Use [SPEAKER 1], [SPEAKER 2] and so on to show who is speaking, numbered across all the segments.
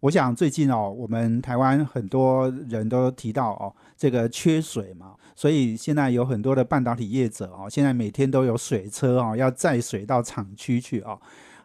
[SPEAKER 1] 我想最近哦，我们台湾很多人都提到哦，这个缺水嘛，所以现在有很多的半导体业者哦，现在每天都有水车哦，要载水到厂区去哦。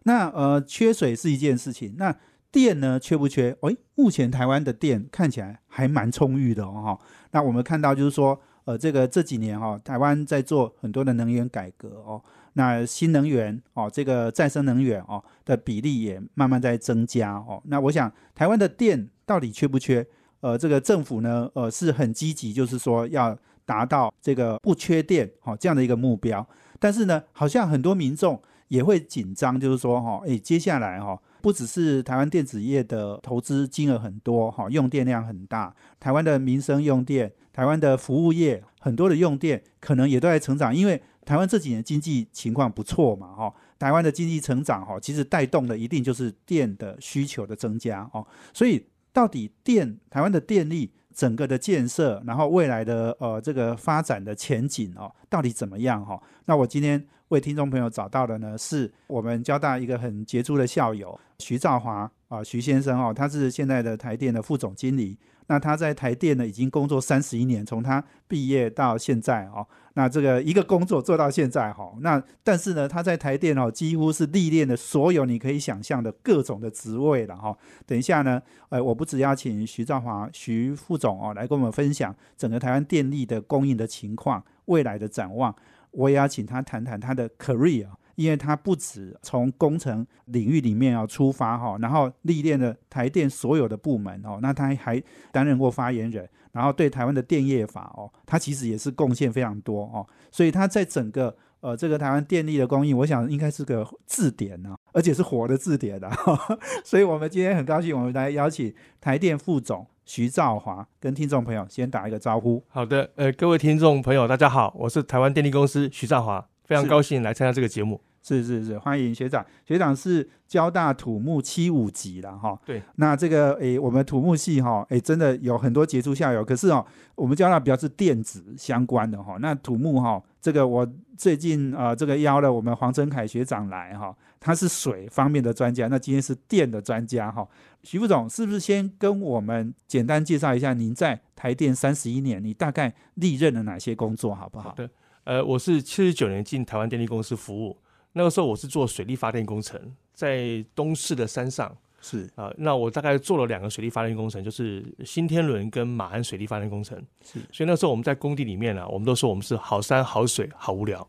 [SPEAKER 1] 那呃，缺水是一件事情，那电呢缺不缺？诶，目前台湾的电看起来还蛮充裕的哦。哈那我们看到就是说，呃，这个这几年哈、哦，台湾在做很多的能源改革哦，那新能源哦，这个再生能源哦的比例也慢慢在增加哦。那我想台湾的电到底缺不缺？呃，这个政府呢，呃，是很积极，就是说要达到这个不缺电哦这样的一个目标。但是呢，好像很多民众也会紧张，就是说哈，诶，接下来哈、不只是台湾电子业的投资金额很多哈、用电量很大，台湾的民生用电、台湾的服务业很多的用电可能也都在成长，因为台湾这几年经济情况不错嘛哈、台湾的经济成长哈、其实带动的一定就是电的需求的增加哦，所以到底电台湾的电力整个的建设，然后未来的呃这个发展的前景哦，到底怎么样哈、那我今天为听众朋友找到的呢，是我们交大一个很杰出的校友徐兆华啊、徐先生哦，他是现在的台电的副总经理。那他在台电呢已经工作三十一年，从他毕业到现在哦，那这个一个工作做到现在哈、哦，那但是呢，他在台电哦几乎是历练了所有你可以想象的各种的职位了哈、哦等一下呢，呃，我不只要请徐兆华徐副总哦来跟我们分享整个台湾电力的供应的情况、未来的展望，我也要请他谈谈他的 career 啊。因为他不止从工程领域里面啊出发哈、然后历练了台电所有的部门哦，那他还担任过发言人，然后对台湾的电业法哦，他其实也是贡献非常多哦，所以他在整个呃这个台湾电力的供应，我想应该是个字典啊，而且是活的字典啊， 所以我们今天很高兴，我们来邀请台电副总徐兆华跟听众朋友先打一个招呼。
[SPEAKER 2] 好的，呃，各位听众朋友，大家好，我是台湾电力公司徐兆华，非常
[SPEAKER 1] 是
[SPEAKER 2] 高兴来参加这个节目。
[SPEAKER 1] 是是是，欢迎学长。学长是交大土木七五级了哈。
[SPEAKER 2] 对，
[SPEAKER 1] 那这个诶，我们土木系哈，诶，真的有很多杰出校友。可是哦，我们交大比较是电子相关的哈。那土木哈，这个我最近啊、呃这个邀了我们黄真凯学长来哈，他是水方面的专家，那今天是电的专家哈。徐副总，是不是先跟我们简单介绍一下您在台电三十一年，你大概历任了哪些工作，好不好？
[SPEAKER 2] 好的呃，我是七十九年进台湾电力公司服务，那个时候我是做水力发电工程，在东市的山上
[SPEAKER 1] 是
[SPEAKER 2] 啊、呃那我大概做了两个水力发电工程，就是新天伦跟马鞍水力发电工程。
[SPEAKER 1] 是
[SPEAKER 2] 所以那时候我们在工地里面呢、啊，我们都说我们是好山好水好无聊，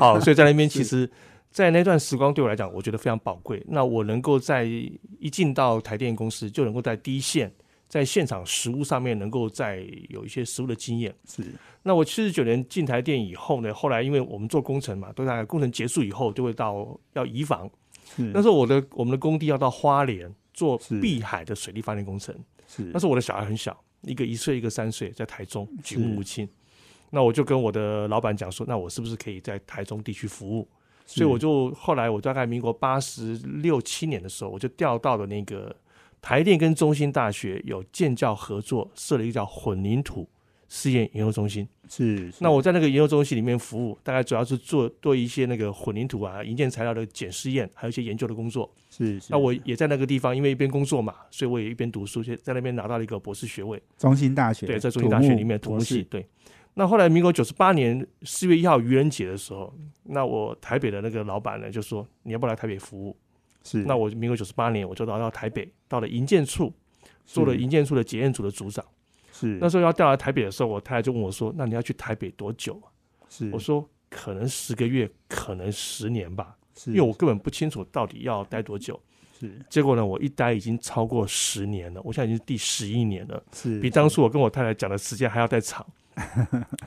[SPEAKER 2] 好，所以在那边其实，在那段时光对我来讲，我觉得非常宝贵。那我能够在一进到台电公司，就能够在第一线，在现场实务上面能够在有一些实务的经验。
[SPEAKER 1] 是
[SPEAKER 2] 那我七十九年进台电以后呢，后来因为我们做工程嘛，都大概工程结束以后就会到要移防。
[SPEAKER 1] 是
[SPEAKER 2] 那时候我的我们的工地要到花莲做
[SPEAKER 1] 是
[SPEAKER 2] 碧海的水力发电工程。
[SPEAKER 1] 是
[SPEAKER 2] 那时候我的小孩很小，一个一岁，一个三岁，在台中举目无亲。那我就跟我的老板讲说，那我是不是可以在台中地区服务？所以我就后来我大概民国八十六七年的时候，我就调到了那个台电跟中兴大学有建教合作，设了一个叫混凝土试验研究中心。
[SPEAKER 1] 是
[SPEAKER 2] 那我在那个研究中心里面服务，大概主要是做做一些那个混凝土啊、营建材料的检试验，还有一些研究的工作。
[SPEAKER 1] 是是
[SPEAKER 2] 那我也在那个地方，因为一边工作嘛，所以我也一边读书，就在那边拿到了一个博士学位。
[SPEAKER 1] 中兴大学
[SPEAKER 2] 对，在中兴大学里面土木系。对，那后来民国九十八年四月一号愚人节的时候，那我台北的那个老板呢就说你要不要来台北服务？
[SPEAKER 1] 是
[SPEAKER 2] 那我民国九十八年我就来到台北，到了营建处做了营建处的检验组的组长。
[SPEAKER 1] 是
[SPEAKER 2] 那时候要调来台北的时候，我太太就问我说：“那你要去台北多久啊、
[SPEAKER 1] 是
[SPEAKER 2] 我说：“可能十个月，可能十年吧，
[SPEAKER 1] 是
[SPEAKER 2] 因为我根本不清楚到底要待多久。”
[SPEAKER 1] 是
[SPEAKER 2] 结果呢，我一待已经超过十年了，我现在已经是第十一年了。
[SPEAKER 1] 是
[SPEAKER 2] 比当初我跟我太太讲的 时间还要再长，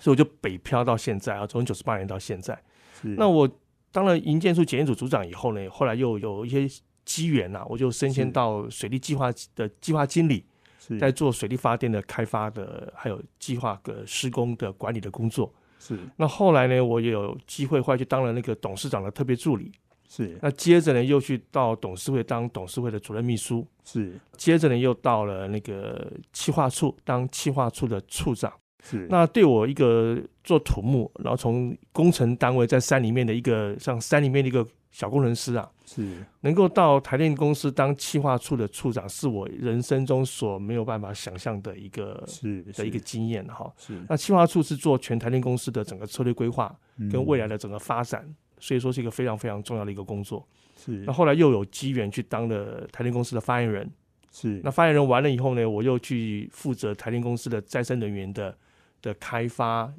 [SPEAKER 2] 所以我就北漂到现在啊，从九十八年到现在。
[SPEAKER 1] 是
[SPEAKER 2] 那我当了营建处检验组组长以后呢，后来又有一些机缘呐、我就升迁
[SPEAKER 1] 是
[SPEAKER 2] 到水利计划的计划经理。
[SPEAKER 1] 是
[SPEAKER 2] 在做水力发电的开发的，还有计划的施工的管理的工作。
[SPEAKER 1] 是
[SPEAKER 2] 那后来呢，我也有机会后来去当了那个董事长的特别助理，
[SPEAKER 1] 是
[SPEAKER 2] 那接着呢又去到董事会当董事会的主任秘书，
[SPEAKER 1] 是
[SPEAKER 2] 接着呢又到了那个企划处当企划处的处长。
[SPEAKER 1] 是，
[SPEAKER 2] 那对我一个做土木，然后从工程单位在山里面的一个像山里面的一个小工程师啊，
[SPEAKER 1] 是
[SPEAKER 2] 能够到台电公司当企划处的处长，是我人生中所没有办法想象的一个
[SPEAKER 1] 是
[SPEAKER 2] 的一个经验啊哈。
[SPEAKER 1] 是
[SPEAKER 2] 那企划处是做全台电公司的整个策略规划跟未来
[SPEAKER 1] 的
[SPEAKER 2] 的整个发展，所以说是一个非常非常重要的一个工作。
[SPEAKER 1] 是
[SPEAKER 2] 那后来又有机缘去当了台电公司的发言人，
[SPEAKER 1] 是
[SPEAKER 2] 那发言人完了以后呢，我又去负责台电公司的再生能源的的开发、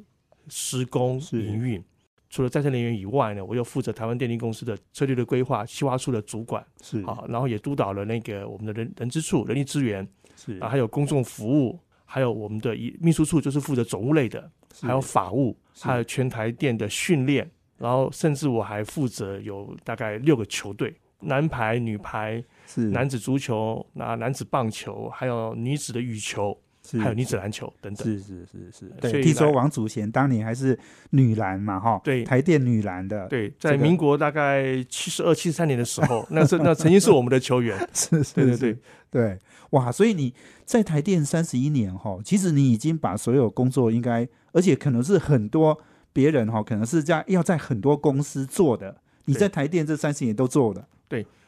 [SPEAKER 2] 施工、
[SPEAKER 1] 是
[SPEAKER 2] 营运。除了再生能源以外呢，我又负责台湾电力公司的策略的规划、企划处的主管，
[SPEAKER 1] 是
[SPEAKER 2] 好，然后也督导了那个我们的人人资处、人力资源，
[SPEAKER 1] 是
[SPEAKER 2] 啊，还有公众服务，还有我们的一秘书处就是负责总务类的，
[SPEAKER 1] 是
[SPEAKER 2] 还有法务，
[SPEAKER 1] 是
[SPEAKER 2] 还有全台电的训练，然后甚至我还负责有大概六个球队，男排、女排、
[SPEAKER 1] 是
[SPEAKER 2] 男子足球、那男子棒球，还有女子的羽球，
[SPEAKER 1] 是
[SPEAKER 2] 还有女子篮球等等。
[SPEAKER 1] 是是是是，
[SPEAKER 2] 所
[SPEAKER 1] 对，
[SPEAKER 2] 以
[SPEAKER 1] 听说
[SPEAKER 2] 来
[SPEAKER 1] 王祖贤当年还是女篮嘛，哈，
[SPEAKER 2] 对
[SPEAKER 1] 台电女篮的，，
[SPEAKER 2] 对，
[SPEAKER 1] 这
[SPEAKER 2] 在
[SPEAKER 1] 个
[SPEAKER 2] 民国大概七十二、七十三年的时 候，那是那曾经是我们的球员，
[SPEAKER 1] 是是，
[SPEAKER 2] 对对
[SPEAKER 1] 是
[SPEAKER 2] 对，
[SPEAKER 1] 对，哇，所以你在台电三十一年哈，其实你已经把所有工作应该，而且可能是很多别人哈，可能是在要在很多公司做的，你
[SPEAKER 2] 对
[SPEAKER 1] 在台电这三十年都做了，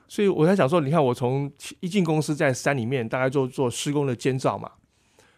[SPEAKER 2] 所以我在想说，你看我从一进公司在山里面，大概就做施工的监造嘛，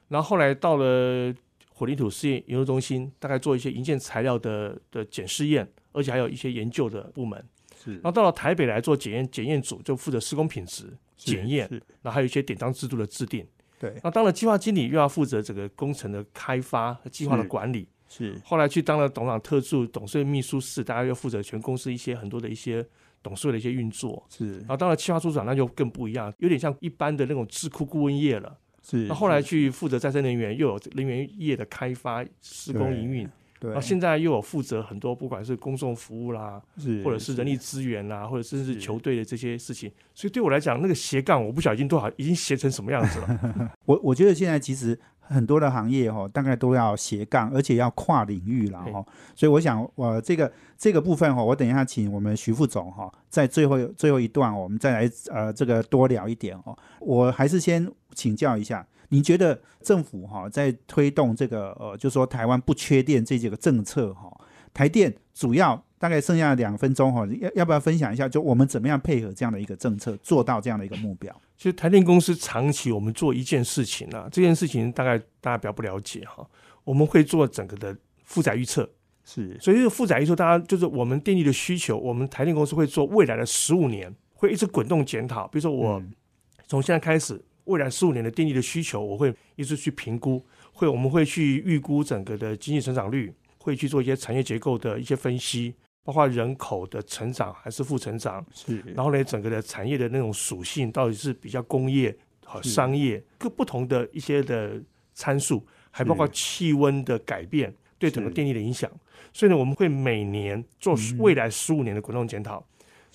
[SPEAKER 2] 然后后来到了混凝土试验研究中心，大概做一些营建材料的的检试验，而且还有一些研究的部门。
[SPEAKER 1] 是
[SPEAKER 2] 然后到了台北来做检验检验组，就负责施工品质检验，然后还有一些典章制度的制定。
[SPEAKER 1] 对，
[SPEAKER 2] 那当了计划经理，又要负责整个工程的开发、和计划的
[SPEAKER 1] 是
[SPEAKER 2] 管理。
[SPEAKER 1] 是
[SPEAKER 2] 后来去当了董事长特助、董事会秘书室，大概又负责全公司一些很多的一些董事会的一些运作。
[SPEAKER 1] 是
[SPEAKER 2] 然后当了企划处长，那就更不一样，有点像一般的那种智库顾问业了。
[SPEAKER 1] 是，
[SPEAKER 2] 那后来去负责再生能源，又有能源业的开发、施工
[SPEAKER 1] 对
[SPEAKER 2] 营运，
[SPEAKER 1] 对
[SPEAKER 2] 然后，啊现在又有负责很多，不管是公众服务啦，
[SPEAKER 1] 是
[SPEAKER 2] 或者是人力资源啦，或者甚至
[SPEAKER 1] 是
[SPEAKER 2] 球队的这些事情。所以对我来讲，那个斜杠，我不晓得已经多少，已经斜成什么样子了。
[SPEAKER 1] 我我觉得现在其实很多的行业哦，大概都要斜杠，而且要跨领域啦
[SPEAKER 2] 对
[SPEAKER 1] 哦。所以我想，我、这个这个部分哦，我等一下请我们徐副总哈、哦，在最后最后一段、哦、我们再来呃这个多聊一点哦。我还是先请教一下，你觉得政府哈、在推动这个呃，就说台湾不缺电这几个政策哈、台电主要。大概剩下两分钟哈、哦，要要不要分享一下？就我们怎么样配合这样的一个政策，做到这样的一个目标？
[SPEAKER 2] 其实台电公司长期我们做一件事情啊，这件事情大概大家比较不了解哈，我们会做整个的负载预测。
[SPEAKER 1] 是
[SPEAKER 2] 所以这个负载预测，大家就是我们电力的需求，我们台电公司会做未来的十五年，会一直滚动检讨。比如说我
[SPEAKER 1] 嗯
[SPEAKER 2] 从现在开始，未来十五年的电力的需求，我会一直去评估，会我们会去预估整个的经济成长率，会去做一些产业结构的一些分析，包括人口的成长还是负成长，
[SPEAKER 1] 是，
[SPEAKER 2] 然后呢，整个的产业的那种属性到底是比较工业和
[SPEAKER 1] 是
[SPEAKER 2] 商业各不同的一些的参数，还包括
[SPEAKER 1] 是
[SPEAKER 2] 气温的改变对整个
[SPEAKER 1] 是
[SPEAKER 2] 电力的影响。所以呢，我们会每年做
[SPEAKER 1] 嗯
[SPEAKER 2] 未来十五年的滚动检讨。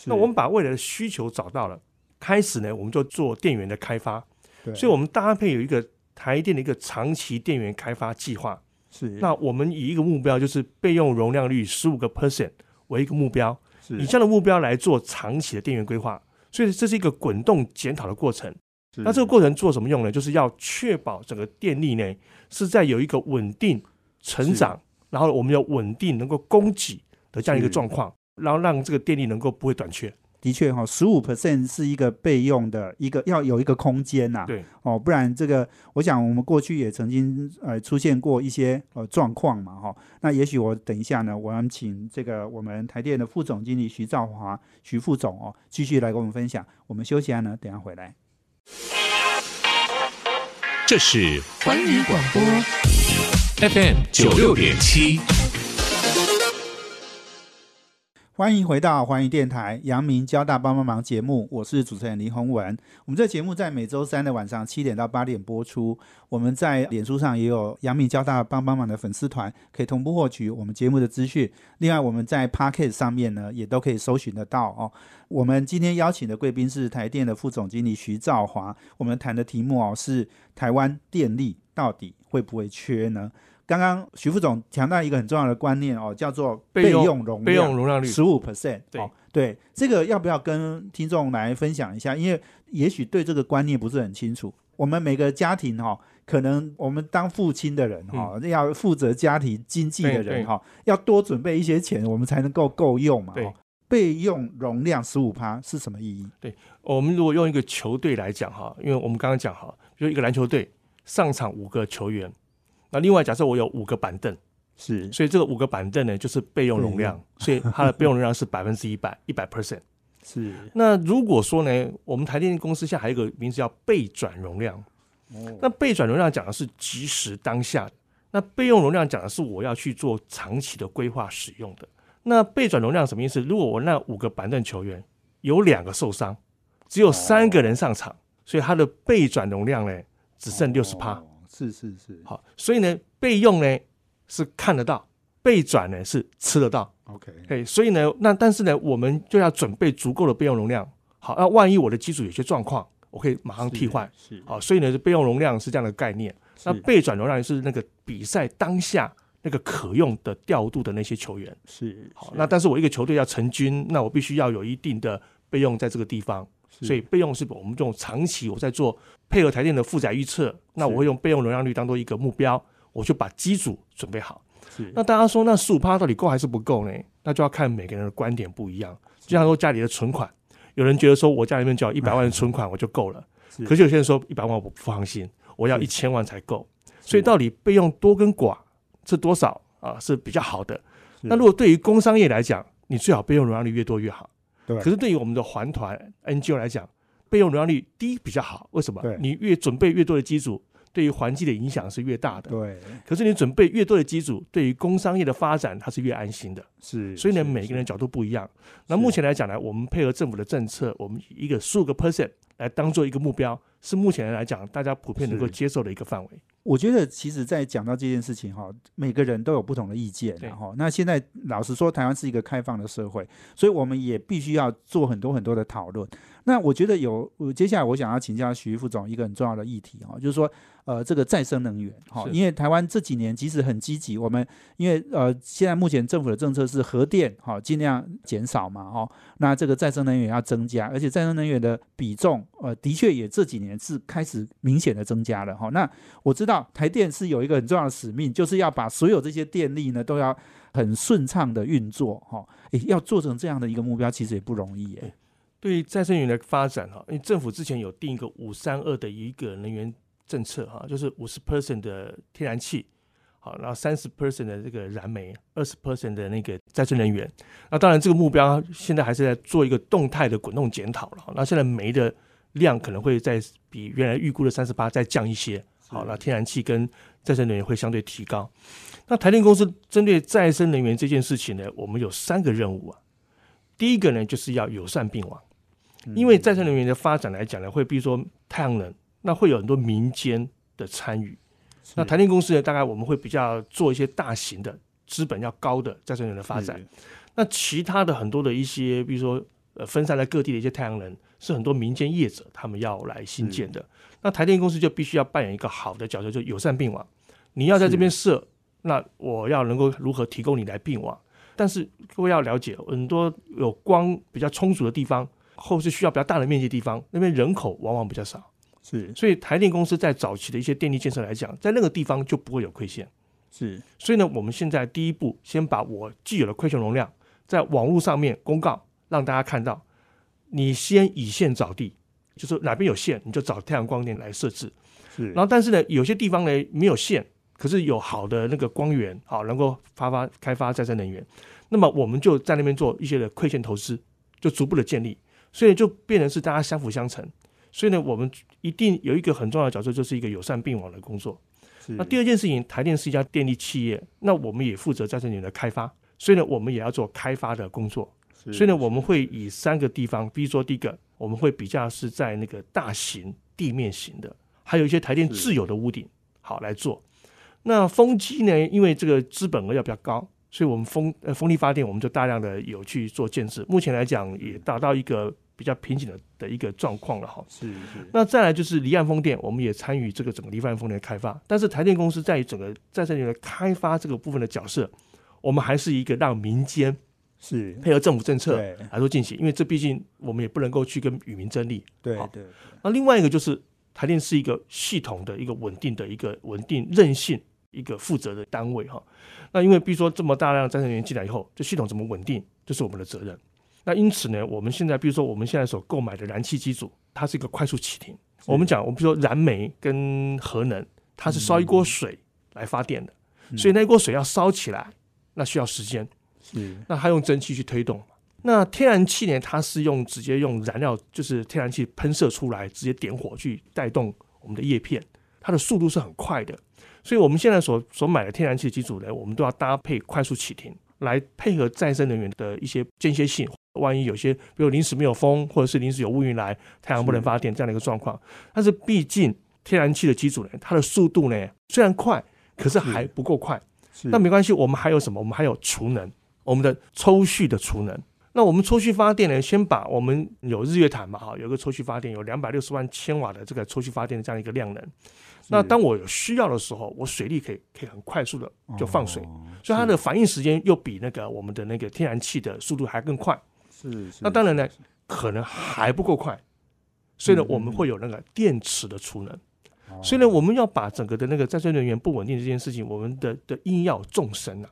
[SPEAKER 2] 那我们把未来的需求找到了，开始呢，我们就做电源的开发。
[SPEAKER 1] 对
[SPEAKER 2] 所以我们搭配有一个台电的一个长期电源开发计划。
[SPEAKER 1] 是
[SPEAKER 2] 那我们以一个目标就是备用容量率十五个 percent 为一个目标。
[SPEAKER 1] 是
[SPEAKER 2] 以这样的目标来做长期的电源规划，所以这是一个滚动检讨的过程。那这个过程做什么用呢？就是要确保整个电力呢是在有一个稳定成长，然后我们要稳定能够供给的这样一个
[SPEAKER 1] 是
[SPEAKER 2] 状况，然后让这个电力能够不会短缺。
[SPEAKER 1] 的确哈、哦，十五 percent 是一个备用的一个要有一个空间呐、
[SPEAKER 2] 对，
[SPEAKER 1] 哦，不然这个我想我们过去也曾经呃出现过一些呃状况嘛哈、那也许我等一下呢，我们请这个我们台电的副总经理徐兆华徐副总哦，继续来跟我们分享。我们休息一下呢，等一下回来。
[SPEAKER 3] 这是
[SPEAKER 4] 环宇广播，
[SPEAKER 3] FM 九六点七，
[SPEAKER 1] 欢迎回到环宇电台阳明交大帮帮忙节目，我是主持人林宏文。我们这节目在每周三的晚上七点到八点播出。我们在脸书上也有阳明交大帮帮忙的粉丝团，可以同步获取我们节目的资讯。另外，我们在 p o c k e t 上面呢，也都可以搜寻得到哦。我们今天邀请的贵宾是台电的副总经理徐兆华。我们谈的题目哦是台湾电力到底会不会缺呢？刚刚徐副总强调一个很重要的观念哦，叫做
[SPEAKER 2] 备用
[SPEAKER 1] 用容
[SPEAKER 2] 备
[SPEAKER 1] 量
[SPEAKER 2] 用。容量率
[SPEAKER 1] 十五 percent，
[SPEAKER 2] 对
[SPEAKER 1] 哦，对，这个要不要跟听众来分享一下？因为也许对这个观念不是很清楚。我们每个家庭哈、哦，可能我们当父亲的人哈、哦，要负责家庭经济的
[SPEAKER 2] 嗯对对
[SPEAKER 1] 人哈、哦，要多准备一些钱，我们才能够够用嘛。
[SPEAKER 2] 对
[SPEAKER 1] 哦，备用容量十五趴是什么意义？
[SPEAKER 2] 我们如果用一个球队来讲哈，因为我们刚刚讲哈，比如一个篮球队上场五个球员，那另外假设我有五个板凳，
[SPEAKER 1] 是
[SPEAKER 2] 所以这个五个板凳呢就是备用容量，所以它的备用 容量是百分之一百一百 percent。
[SPEAKER 1] 是
[SPEAKER 2] 那如果说呢，我们台电公司下还有一个名字叫备转容量，
[SPEAKER 1] 哦
[SPEAKER 2] 那备转容量讲的是即时当下的，那备用容量讲的是我要去做长期的规划使用的。那备转容量什么意思？如果我那五个板凳球员有两个受伤，只有三个人上场，所以它的备转容量呢只剩六十趴。
[SPEAKER 1] 哦是是是
[SPEAKER 2] 好，所以呢备用呢是看得到，备转呢是吃得到。
[SPEAKER 1] ，OK，
[SPEAKER 2] 对，所以呢，那但是呢，我们就要准备足够的备用容量。好，那万一我的机组有些状况，我可以马上替换。
[SPEAKER 1] 是
[SPEAKER 2] 好，所以呢，备用容量是这样的概念。那
[SPEAKER 1] 是
[SPEAKER 2] 备转容量是那个比赛当下那个可用的调度的那些球员。
[SPEAKER 1] 是
[SPEAKER 2] 好，那但是我一个球队要成军，那我必须要有一定的备用在这个地方。
[SPEAKER 1] 是
[SPEAKER 2] 所以备用是我们这种长期我在做配合台电的负载预测，那我会用备用容量率当做一个目标，我就把机组准备好。
[SPEAKER 1] 是
[SPEAKER 2] 那大家说，那十五趴到底够还是不够呢？那就要看每个人的观点不一样。就像说家里的存款，有人觉得说我家里面只要一百万的存款我就够了，
[SPEAKER 1] 是
[SPEAKER 2] 可是有些人说一百万我不放心，我要
[SPEAKER 1] 是
[SPEAKER 2] 一千万才够。
[SPEAKER 1] 是
[SPEAKER 2] 所以到底备用多跟寡是多少啊是比较好的？
[SPEAKER 1] 是
[SPEAKER 2] 那如果对于工商业来讲，你最好备用容量率越多越好。
[SPEAKER 1] 对
[SPEAKER 2] 可是对于我们的环团 NGO 来讲，备用容量率低比较好。为什么
[SPEAKER 1] 对？
[SPEAKER 2] 你越准备越多的机组，对于环境的影响是越大的。
[SPEAKER 1] 对
[SPEAKER 2] 可是你准备越多的机组，对于工商业的发展，它是越安心的。
[SPEAKER 1] 是，
[SPEAKER 2] 所以呢，
[SPEAKER 1] 是
[SPEAKER 2] 每个人
[SPEAKER 1] 是
[SPEAKER 2] 角度不一样。那目前来讲呢，我们配合政府的政策，我们以一个数个 percent 来当做一个目标，是目前来讲大家普遍能够
[SPEAKER 1] 是
[SPEAKER 2] 接受的一个范围。
[SPEAKER 1] 我觉得，其实，在讲到这件事情哈，每个人都有不同的意见，
[SPEAKER 2] 对
[SPEAKER 1] 然后那现在老实说，台湾是一个开放的社会，所以我们也必须要做很多很多的讨论。那我觉得有，我接下来我想要请教徐副总一个很重要的议题哈，就是说，呃，这个再生能源哈，
[SPEAKER 2] 是
[SPEAKER 1] 因为台湾这几年即使很积极，我们因为呃，现在目前政府的政策是核电哈，尽量减少嘛哈，那这个再生能源要增加，而且再生能源的比重呃，的确也这几年是开始明显的增加了哈。那我知道台电是有一个很重要的使命，就是要把所有这些电力呢都要很顺畅的运作哈、哦诶要做成这样的一个目标，其实也不容易耶。
[SPEAKER 2] 对于再生能源的发展哈，因为政府之前有定一个五三二的一个能源政策哈，就是五十 percent 的天然气，好，然后三十 percent 的这个燃煤，二十 percent 的那个再生能源。那当然这个目标现在还是在做一个动态的滚动检讨了。那现在煤的量可能会在比原来预估的三十八再降一些，好，那天然气跟再生能源会相对提高。那台电公司针对再生能源这件事情呢，我们有三个任务啊。第一个呢，就是要友善并网。
[SPEAKER 1] 嗯
[SPEAKER 2] 因为再生能源的发展来讲呢，会比如说太阳能，那会有很多民间的参与。那台电公司呢，大概我们会比较做一些大型的、资本要高的再生能源的发展。那其他的很多的一些，比如说呃分散在各地的一些太阳能，是很多民间业者他们要来新建的。那台电公司就必须要扮演一个好的角色，就友善并网。你要在这边设，那我要能够如何提供你来并网？但是各位要了解，很多有光比较充足的地方，或是需要比较大的面积的地方，那边人口往往比较少，
[SPEAKER 1] 是
[SPEAKER 2] 所以台电公司在早期的一些电力建设来讲，在那个地方就不会有亏欠。
[SPEAKER 1] 是
[SPEAKER 2] 所以呢，我们现在第一步，先把我既有的亏损容量在网络上面公告，让大家看到。你先以线找地，就是哪边有线，你就找太阳光电来设置。
[SPEAKER 1] 是
[SPEAKER 2] 然后，但是呢，有些地方呢没有线，可是有好的那个光源，好能够发发开发再生能源。那么我们就在那边做一些的亏欠投资，就逐步的建立，所以就变成是大家相辅相成。所以呢，我们一定有一个很重要的角色，就是一个友善并网的工作。
[SPEAKER 1] 是
[SPEAKER 2] 那第二件事情，台电是一家电力企业，那我们也负责再生能源的开发，所以呢，我们也要做开发的工作。
[SPEAKER 1] 是
[SPEAKER 2] 所以呢，我们会以三个地方，比如说第一个，我们会比较是在那个大型地面型的，还有一些台电
[SPEAKER 1] 是
[SPEAKER 2] 自有的屋顶，好来做。那风机呢，因为这个资本额要比较高，所以我们风呃风力发电，我们就大量的有去做建制。目前来讲，也达到一个比较瓶颈的的一个状况了哈。
[SPEAKER 1] 是是
[SPEAKER 2] 那再来就是离岸风电，我们也参与这个整个离岸风电的开发，但是台电公司在于整个再生能源的开发这个部分的角色，我们还是一个让民间
[SPEAKER 1] 是，
[SPEAKER 2] 配合政府政策
[SPEAKER 1] 对
[SPEAKER 2] 来做进行，因为这毕竟我们也不能够去跟与民争利。
[SPEAKER 1] 对
[SPEAKER 2] 好
[SPEAKER 1] 对，
[SPEAKER 2] 那另外一个就是台电是一个系统的一个稳定的一个稳定韧性一个负责的单位哈。那因为比如说这么大量的再生能源进来以后，哦这系统怎么稳定，这是我们的责任。那因此呢，我们现在比如说我们现在所购买的燃气机组，它是一个快速启停。我们讲，我们比如说燃煤跟核能，它是烧一锅水来发电的，
[SPEAKER 1] 嗯
[SPEAKER 2] 所以那一锅水要烧起来，那需要时间。
[SPEAKER 1] 是
[SPEAKER 2] 那它用蒸汽去推动嘛。那天然气呢，它是用直接用燃料，就是天然气喷射出来，直接点火去带动我们的叶片，它的速度是很快的。所以我们现在所所买的天然气机组呢，我们都要搭配快速启停，来配合再生能源的一些间歇性。万一有些，比如临时没有风，或者是临时有乌云来，太阳不能发电这样的一个状况。但是毕竟天然气的机组呢，它的速度呢虽然快，可是还
[SPEAKER 1] 是
[SPEAKER 2] 不够快。
[SPEAKER 1] 是，
[SPEAKER 2] 那没关系，我们还有什么？我们还有储能，我们的抽蓄的储能。那我们抽蓄发电呢？先把我们有日月潭嘛，哈，有一个抽蓄发电，有两百六十万千瓦的这个抽蓄发电的这样一个量能。那
[SPEAKER 1] 是
[SPEAKER 2] 当我有需要的时候，我水力可以可以很快速的，就放水
[SPEAKER 1] 哦
[SPEAKER 2] 所以它
[SPEAKER 1] 是
[SPEAKER 2] 的反应时间又比那个我们的那个天然气的速度还更快，
[SPEAKER 1] 是是，
[SPEAKER 2] 那当然
[SPEAKER 1] 是
[SPEAKER 2] 呢，可能还不够快。所以呢
[SPEAKER 1] 嗯，嗯
[SPEAKER 2] 我们
[SPEAKER 1] 嗯
[SPEAKER 2] 会有那个电池的储能。
[SPEAKER 1] 哦
[SPEAKER 2] 所以呢，我们要把整个的那个再生能源不稳定这件事情，我们的的应要有纵深啊，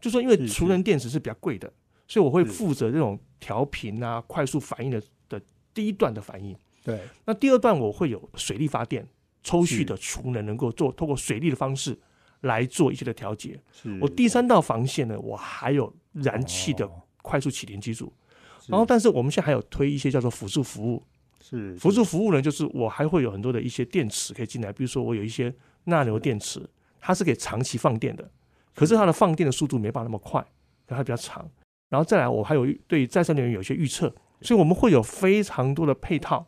[SPEAKER 2] 就说因为
[SPEAKER 1] 是是
[SPEAKER 2] 储能电池是比较贵的，所以我会
[SPEAKER 1] 是
[SPEAKER 2] 负责这种调频啊、快速反应的的第一段的反应。
[SPEAKER 1] 对
[SPEAKER 2] 那第二段我会有水力发电、抽
[SPEAKER 1] 是
[SPEAKER 2] 蓄的储能，能够做透过水力的方式来做一些的调节。
[SPEAKER 1] 是，
[SPEAKER 2] 我第三道防线呢，我还有燃气的
[SPEAKER 1] 哦，
[SPEAKER 2] 快速启停机组。
[SPEAKER 1] 是
[SPEAKER 2] 然后，但是我们现在还有推一些叫做辅助服务，
[SPEAKER 1] 是
[SPEAKER 2] 辅
[SPEAKER 1] 是
[SPEAKER 2] 助服务呢，就是我还会有很多的一些电池可以进来，比如说我有一些钠流电池，它是可以长期放电的，可是它的放电的速度没办法那么快，可它比较长。然后再来，我还有对再生能源有一些预测，所以我们会有非常多的配套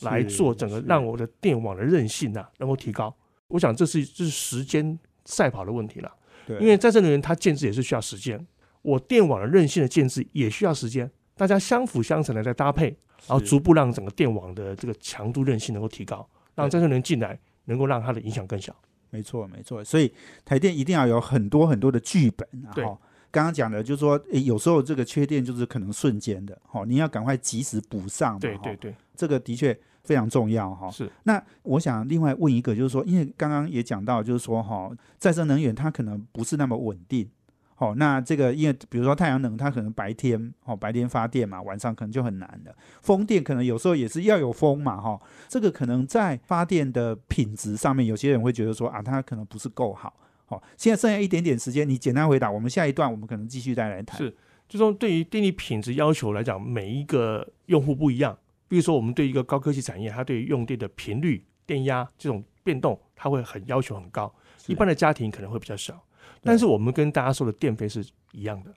[SPEAKER 2] 来
[SPEAKER 1] 是
[SPEAKER 2] 做整个
[SPEAKER 1] 是
[SPEAKER 2] 让我的电网的韧性啊能够提高。我想这是这是时间赛跑的问题了，
[SPEAKER 1] 对
[SPEAKER 2] 因为再生能源它建制也是需要时间，我电网的韧性的建制也需要时间，大家相辅相成的在搭配，然后
[SPEAKER 1] 是
[SPEAKER 2] 逐步让整个电网的这个强度韧性能够提高，让
[SPEAKER 1] 对
[SPEAKER 2] 再生能源进来能够让它的影响更小。
[SPEAKER 1] 没错，没错。所以台电一定要有很多很多的剧本啊。
[SPEAKER 2] 对
[SPEAKER 1] 哈刚刚讲的，就是说，诶，有时候这个缺电就是可能瞬间的，哈、你要赶快及时补上嘛，
[SPEAKER 2] 对
[SPEAKER 1] 哈
[SPEAKER 2] 对对，
[SPEAKER 1] 这个的确非常重要，哈、
[SPEAKER 2] 是
[SPEAKER 1] 那我想另外问一个，就是说，因为刚刚也讲到，就是说哈、再生能源它可能不是那么稳定。好、那这个因为比如说太阳能，它可能白天哦白天发电嘛，晚上可能就很难了。风电可能有时候也是要有风嘛，哈、这个可能在发电的品质上面，有些人会觉得说啊，它可能不是够好。好、现在剩下一点点时间，你简单回答，我们下一段我们可能继续再来谈。
[SPEAKER 2] 是就说对于电力品质要求来讲，每一个用户不一样。比如说，我们对一个高科技产业，它对于用电的频率、电压这种变动，它会很要求很高。
[SPEAKER 1] 是
[SPEAKER 2] 一般的家庭可能会比较少，但是我们跟大家说的电费是一样的。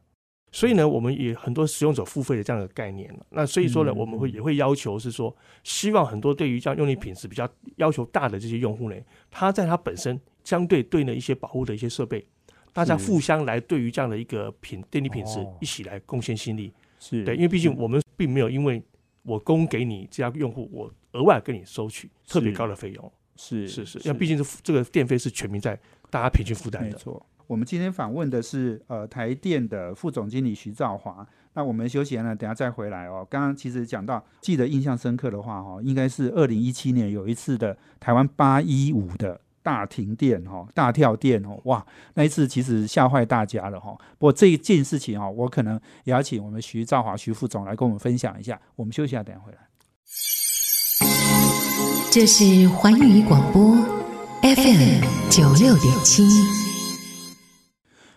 [SPEAKER 2] 所以呢，我们也很多使用者付费的这样的概念了。那所以说呢，
[SPEAKER 1] 嗯
[SPEAKER 2] 我们会
[SPEAKER 1] 嗯
[SPEAKER 2] 也会要求是说，希望很多对于这样用力品质比较要求大的这些用户呢，他在他本身相对对应的一些保护的一些设备，大家
[SPEAKER 1] 是
[SPEAKER 2] 互相来对于这样的一个品电力品质
[SPEAKER 1] 哦
[SPEAKER 2] 一起来贡献心力。
[SPEAKER 1] 是
[SPEAKER 2] 对，因为毕竟我们并没有因为我供给你这家用户，我额外跟你收取特别
[SPEAKER 1] 是
[SPEAKER 2] 高的费用。
[SPEAKER 1] 是
[SPEAKER 2] 是是，因为毕竟是这个电费是全民在大家平均负担
[SPEAKER 1] 没
[SPEAKER 2] 的。
[SPEAKER 1] 错，我们今天访问的是呃台电的副总经理徐兆华。那我们休息呢，等下再回来哦。刚刚其实讲到，记得印象深刻的话哦，应该是二零一七年有一次的台湾八一五的大停电哈、哦，大跳电哦，哇，那一次其实吓坏大家了哈、哦。不过这一件事情哦，我可能也要请我们徐兆华徐副总来跟我们分享一下。我们休息一下，等下回来。
[SPEAKER 3] 这是环宇广播 FM 九六点七，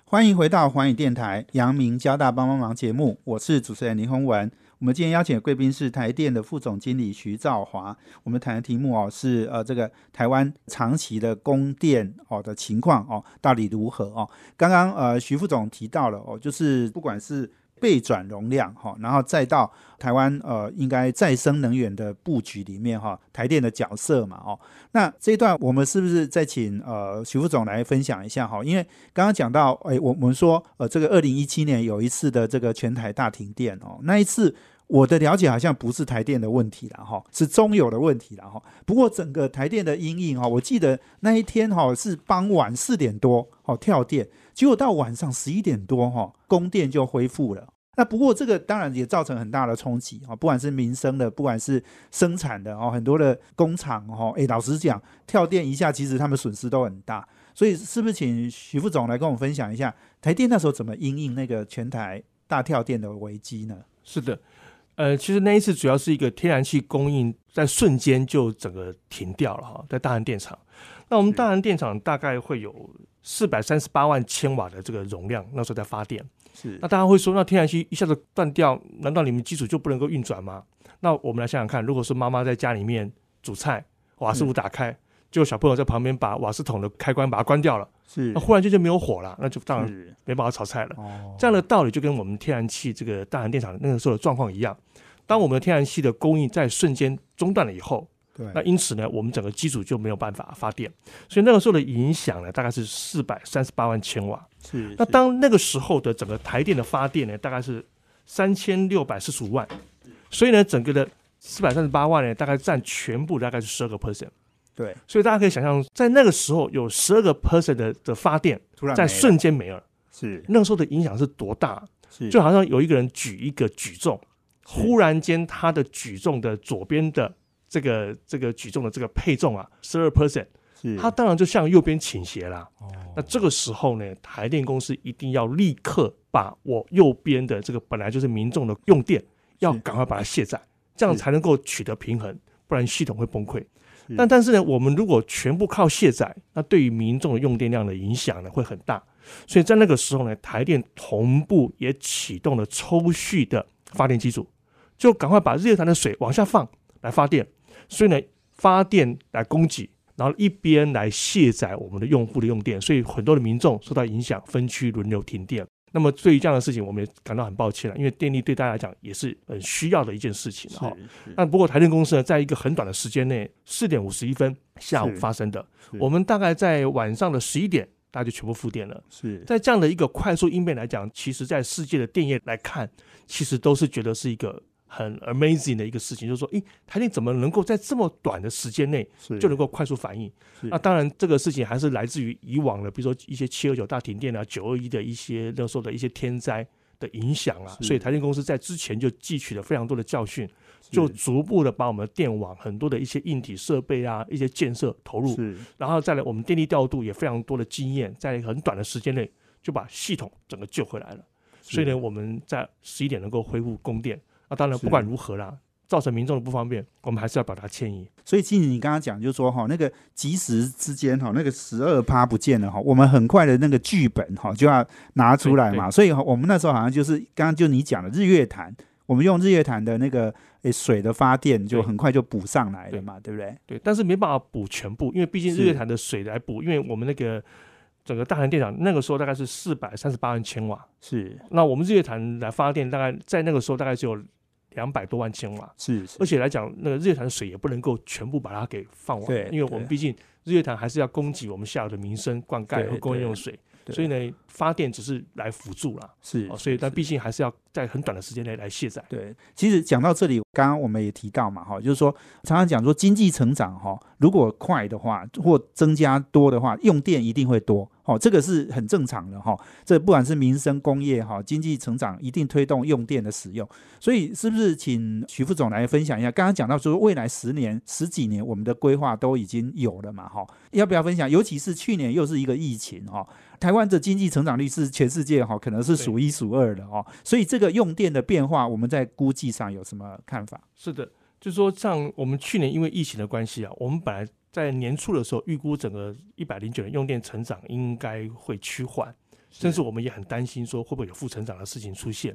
[SPEAKER 1] 欢迎回到环宇电台阳明交大帮帮忙节目，我是主持人林宏文。我们今天邀请的贵宾是台电的副总经理徐兆华。我们谈的题目哦是呃这个台湾长期的供电哦的情况哦到底如何哦？刚刚呃徐副总提到了哦，就是不管是备转容量哈，然后再到台湾呃应该再生能源的布局里面哈，台电的角色嘛哦，那这一段我们是不是再请呃徐副总来分享一下哈？因为刚刚讲到哎，我我们说呃这个二零一七年有一次的这个全台大停电哦，那一次。我的了解好像不是台电的问题了哈，是中油的问题了哈。不过整个台电的阴影哈，我记得那一天哈是傍晚四点多哦跳电，结果到晚上十一点多哈，供电就恢复了。那不过这个当然也造成很大的冲击啊，不管是民生的，不管是生产的哦，很多的工厂哦，诶，老实讲，跳电一下，其实他们损失都很大。所以是不是请徐副总来跟我们分享一下台电那时候怎么因应那个全台大跳电的危机呢？
[SPEAKER 2] 是的，呃，其实那一次主要是一个天然气供应在瞬间就整个停掉了哈，在大韩电厂。那我们大韩电厂大概会有四百三十八万千瓦的这个容量，那时候在发电。
[SPEAKER 1] 是
[SPEAKER 2] 那大家会说，那天然气一下子断掉，难道你们基础就不能够运转吗？那我们来想想看，如果说妈妈在家里面煮菜，瓦斯炉打开，就小朋友在旁边把瓦斯桶的开关把它关掉了，
[SPEAKER 1] 是
[SPEAKER 2] 那忽然间就没有火了，那就当然
[SPEAKER 1] 是
[SPEAKER 2] 没办法炒菜了。
[SPEAKER 1] 嗯哦，
[SPEAKER 2] 这样的道理就跟我们天然气这个大韩电厂那个时候的状况一样，当我们的天然气的供应在瞬间中断了以后，
[SPEAKER 1] 对，
[SPEAKER 2] 那因此呢，我们整个机组就没有办法发电，所以那个时候的影响呢，大概是四百三十八万千瓦。
[SPEAKER 1] 是
[SPEAKER 2] 那
[SPEAKER 1] 是
[SPEAKER 2] 当那个时候的整个台电的发电呢，大概是三千六百四十五万，所以呢，整个的四百三十八万呢，大概占全部大概是十二个 percent。
[SPEAKER 1] 对，
[SPEAKER 2] 所以大家可以想象，在那个时候有十二个 percent 的的发电
[SPEAKER 1] 突然
[SPEAKER 2] 在
[SPEAKER 1] 没
[SPEAKER 2] 瞬间没了，
[SPEAKER 1] 是
[SPEAKER 2] 那个时候的影响是多大？
[SPEAKER 1] 是
[SPEAKER 2] 就好像有一个人举一个举重，忽然间他的举重的左边的这个这个举重的这个配重啊，十二 percent，
[SPEAKER 1] 是
[SPEAKER 2] 他当然就向右边倾斜啦。
[SPEAKER 1] 哦
[SPEAKER 2] 那这个时候呢，台电公司一定要立刻把我右边的这个本来就是民众的用电，要赶快把它卸载，这样才能够取得平衡，不然系统会崩溃。
[SPEAKER 1] 是
[SPEAKER 2] 但但是呢，我们如果全部靠卸载，那对于民众的用电量的影响呢会很大。所以在那个时候呢，台电同步也启动了抽蓄的发电机组，就赶快把日月潭的水往下放来发电。所以呢，发电来供给，然后一边来卸载我们的用户的用电，所以很多的民众受到影响，分区轮流停电。那么对于这样的事情，我们也感到很抱歉了，因为电力对大家来讲也是很需要的一件事情哈。
[SPEAKER 1] 是
[SPEAKER 2] 那不过台电公司呢，在一个很短的时间内，四点五十一分下午
[SPEAKER 1] 是
[SPEAKER 2] 发生的
[SPEAKER 1] 是，
[SPEAKER 2] 我们大概在晚上的十一点，大家就全部复电了。
[SPEAKER 1] 是
[SPEAKER 2] 在这样的一个快速应变来讲，其实，在世界的电业来看，其实都是觉得是一个很 amazing 的一个事情，就是说，诶，台电怎么能够在这么短的时间内
[SPEAKER 1] 是
[SPEAKER 2] 就能够快速反应？
[SPEAKER 1] 是
[SPEAKER 2] 那当然，这个事情还是来自于以往的，比如说一些七二九大停电啊、九二一的一些那时候的一些天灾的影响啊，
[SPEAKER 1] 是
[SPEAKER 2] 所以台电公司在之前就汲取了非常多的教训，
[SPEAKER 1] 是
[SPEAKER 2] 就逐步的把我们的电网很多的一些硬体设备啊、一些建设投入，
[SPEAKER 1] 是
[SPEAKER 2] 然后再来，我们电力调度也非常多的经验，在很短的时间内就把系统整个救回来了。
[SPEAKER 1] 是
[SPEAKER 2] 所以呢，我们在十一点能够恢复供电。那当然，
[SPEAKER 1] 是
[SPEAKER 2] 不管如何啦，造成民众的不方便，我们还是要把它迁移。
[SPEAKER 1] 所以，静怡，你刚刚讲就说哈，那个即时之间哈，那个十二趴不见了哈，我们很快的那个剧本哈就要拿出来嘛。所以哈，我们那时候好像就是刚刚就你讲的日月潭，我们用日月潭的那个诶水的发电，就
[SPEAKER 2] 对
[SPEAKER 1] 很快就补上来了嘛，对不对？
[SPEAKER 2] 对，但是没办法补全部，因为毕竟
[SPEAKER 1] 是
[SPEAKER 2] 日月潭的水来补，因为我们那个整个大韩电厂那个时候大概是四百三十八万千瓦，
[SPEAKER 1] 是
[SPEAKER 2] 那我们日月潭来发电，大概在那个时候大概只有两百多万千瓦。
[SPEAKER 1] 是
[SPEAKER 2] 而
[SPEAKER 1] 是
[SPEAKER 2] 且来讲，那个日月潭的水也不能够全部把它给放完，
[SPEAKER 1] 对
[SPEAKER 2] 因为我们
[SPEAKER 1] 对
[SPEAKER 2] 毕竟日月潭还是要供给我们下游的民生灌溉
[SPEAKER 1] 对
[SPEAKER 2] 和供应用
[SPEAKER 1] 对
[SPEAKER 2] 水，
[SPEAKER 1] 对
[SPEAKER 2] 所以呢，发电只是来辅助啦。
[SPEAKER 1] 是
[SPEAKER 2] 哦，所以但毕竟还是要在很短的时间内来卸载。
[SPEAKER 1] 对，其实讲到这里，刚刚我们也提到嘛，哈，就是说常常讲说经济成长哈，如果快的话或增加多的话，用电一定会多，哦，这个是很正常的哈。这不管是民生、工业哈，经济成长一定推动用电的使用。所以是不是请徐副总来分享一下？刚刚讲到说未来十年、十几年我们的规划都已经有了嘛，哈，要不要分享？尤其是去年又是一个疫情哈，台湾的经济成长率是全世界哈、可能是数一数二的哦，所以这个用电的变化，我们在估计上有什么看法？
[SPEAKER 2] 是的，就是说像我们去年因为疫情的关系啊，我们本来在年初的时候预估整个一百零九年用电成长应该会趋缓，甚至我们也很担心说会不会有负成长的事情出现，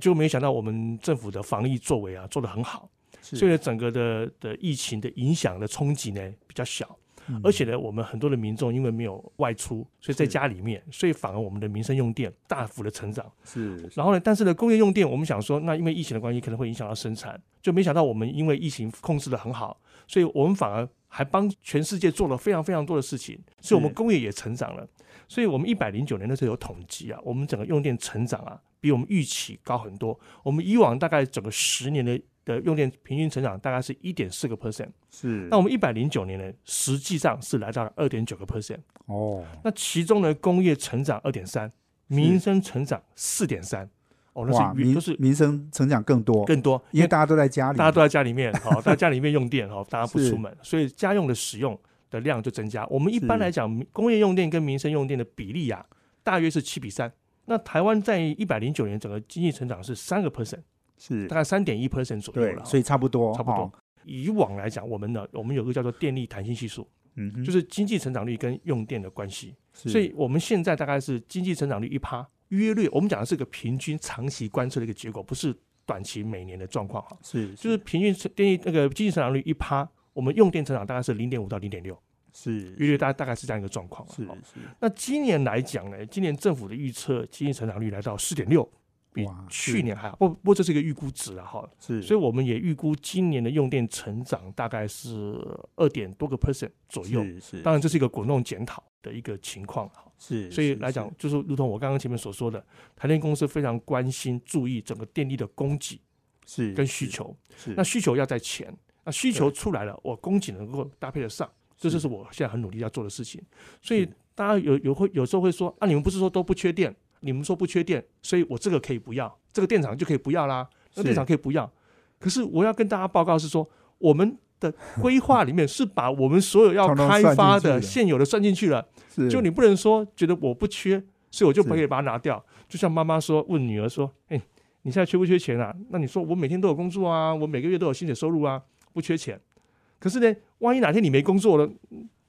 [SPEAKER 2] 结果没想到我们政府的防疫作为啊做得很好。所以呢整个的的疫情的影响的冲击呢比较小。
[SPEAKER 1] 嗯
[SPEAKER 2] 而且呢，我们很多的民众因为没有外出，所以在
[SPEAKER 1] 是
[SPEAKER 2] 家里面，所以反而我们的民生用电大幅的成长。
[SPEAKER 1] 是
[SPEAKER 2] 然后呢，但是呢，工业用电我们想说，那因为疫情的关系，可能会影响到生产，就没想到我们因为疫情控制的很好，所以我们反而还帮全世界做了非常非常多的事情，所以我们
[SPEAKER 1] 是
[SPEAKER 2] 工业也成长了。所以我们一百零九年的时候有统计啊，我们整个用电成长啊，比我们预期高很多。我们以往大概整个十年的的用电平均成长大概是一点四个 percent，
[SPEAKER 1] 是，
[SPEAKER 2] 那我们一百零九年呢，实际上是来到了二点九个 percent。
[SPEAKER 1] 哦，
[SPEAKER 2] 那其中呢，工业成长二点三，民生成长四点三，哦，那
[SPEAKER 1] 哇，
[SPEAKER 2] 是
[SPEAKER 1] 民
[SPEAKER 2] 都是
[SPEAKER 1] 民生成长更多，
[SPEAKER 2] 更多，
[SPEAKER 1] 因为大家都在家里，
[SPEAKER 2] 大家都在家里面，好、大家家里面用电，好、大家不
[SPEAKER 1] 是
[SPEAKER 2] 出门，所以家用的使用的量就增加。我们一般
[SPEAKER 1] 是
[SPEAKER 2] 来讲，工业用电跟民生用电的比例啊，大约是七比三。那台湾在一百零九年整个经济成长是三个 percent，
[SPEAKER 1] 是
[SPEAKER 2] 大概三点一 percent 左右
[SPEAKER 1] 对
[SPEAKER 2] 了。，
[SPEAKER 1] 所
[SPEAKER 2] 以
[SPEAKER 1] 以差不多，
[SPEAKER 2] 差不多
[SPEAKER 1] 哦，
[SPEAKER 2] 以往来讲，我们呢，我们有个叫做电力弹性系数，
[SPEAKER 1] 嗯哼，
[SPEAKER 2] 就是经济成长率跟用电的关系。
[SPEAKER 1] 是
[SPEAKER 2] 所以我们现在大概是经济成长率一趴，约略我们讲的是个平均长期观测的一个结果，不是短期每年的状况哈。
[SPEAKER 1] 是
[SPEAKER 2] 就是平均成电力那个经济成长率一趴，我们用电成长大概是零点五到零点六，
[SPEAKER 1] 是
[SPEAKER 2] 约略大大概是这样一个状况。
[SPEAKER 1] 是
[SPEAKER 2] 好
[SPEAKER 1] 是
[SPEAKER 2] 那今年来讲呢，今年政府的预测经济成长率来到四点六，比
[SPEAKER 1] 哇是
[SPEAKER 2] 去年还好。不不过这是一个预估值了哈，
[SPEAKER 1] 是，
[SPEAKER 2] 所以我们也预估今年的用电成长大概是二点多个 percent 左右。
[SPEAKER 1] 是是
[SPEAKER 2] 当然这是一个滚动检讨的一个情况啊哈。
[SPEAKER 1] 是，
[SPEAKER 2] 所以
[SPEAKER 1] 是
[SPEAKER 2] 来讲
[SPEAKER 1] 是，
[SPEAKER 2] 就是如同我刚刚前面所说的，台电公司非常关心、注意整个电力的供给
[SPEAKER 1] 是
[SPEAKER 2] 跟需
[SPEAKER 1] 是
[SPEAKER 2] 求。
[SPEAKER 1] 是
[SPEAKER 2] 那需求要在前，那需求
[SPEAKER 1] 对
[SPEAKER 2] 出来了，我供给能够搭配得上，这就是我现在很努力要做的事情。所以
[SPEAKER 1] 是
[SPEAKER 2] 大家有有会有时候会说啊，你们不是说都不缺电？你们说不缺电，所以我这个可以不要，这个电厂就可以不要啦，那
[SPEAKER 1] 是
[SPEAKER 2] 电厂可以不要。可是我要跟大家报告是说，我们的规划里面是把我们所有要
[SPEAKER 1] 统统
[SPEAKER 2] 开
[SPEAKER 1] 算进
[SPEAKER 2] 发
[SPEAKER 1] 去
[SPEAKER 2] 的
[SPEAKER 1] 了
[SPEAKER 2] 现有的算进去了。
[SPEAKER 1] 是
[SPEAKER 2] 就你不能说觉得我不缺，所以我就是不可以把它拿掉。就像妈妈说，问女儿说：“哎、你现在缺不缺钱啊？”那你说我每天都有工作啊，我每个月都有薪水收入啊，不缺钱。可是呢，万一哪天你没工作了，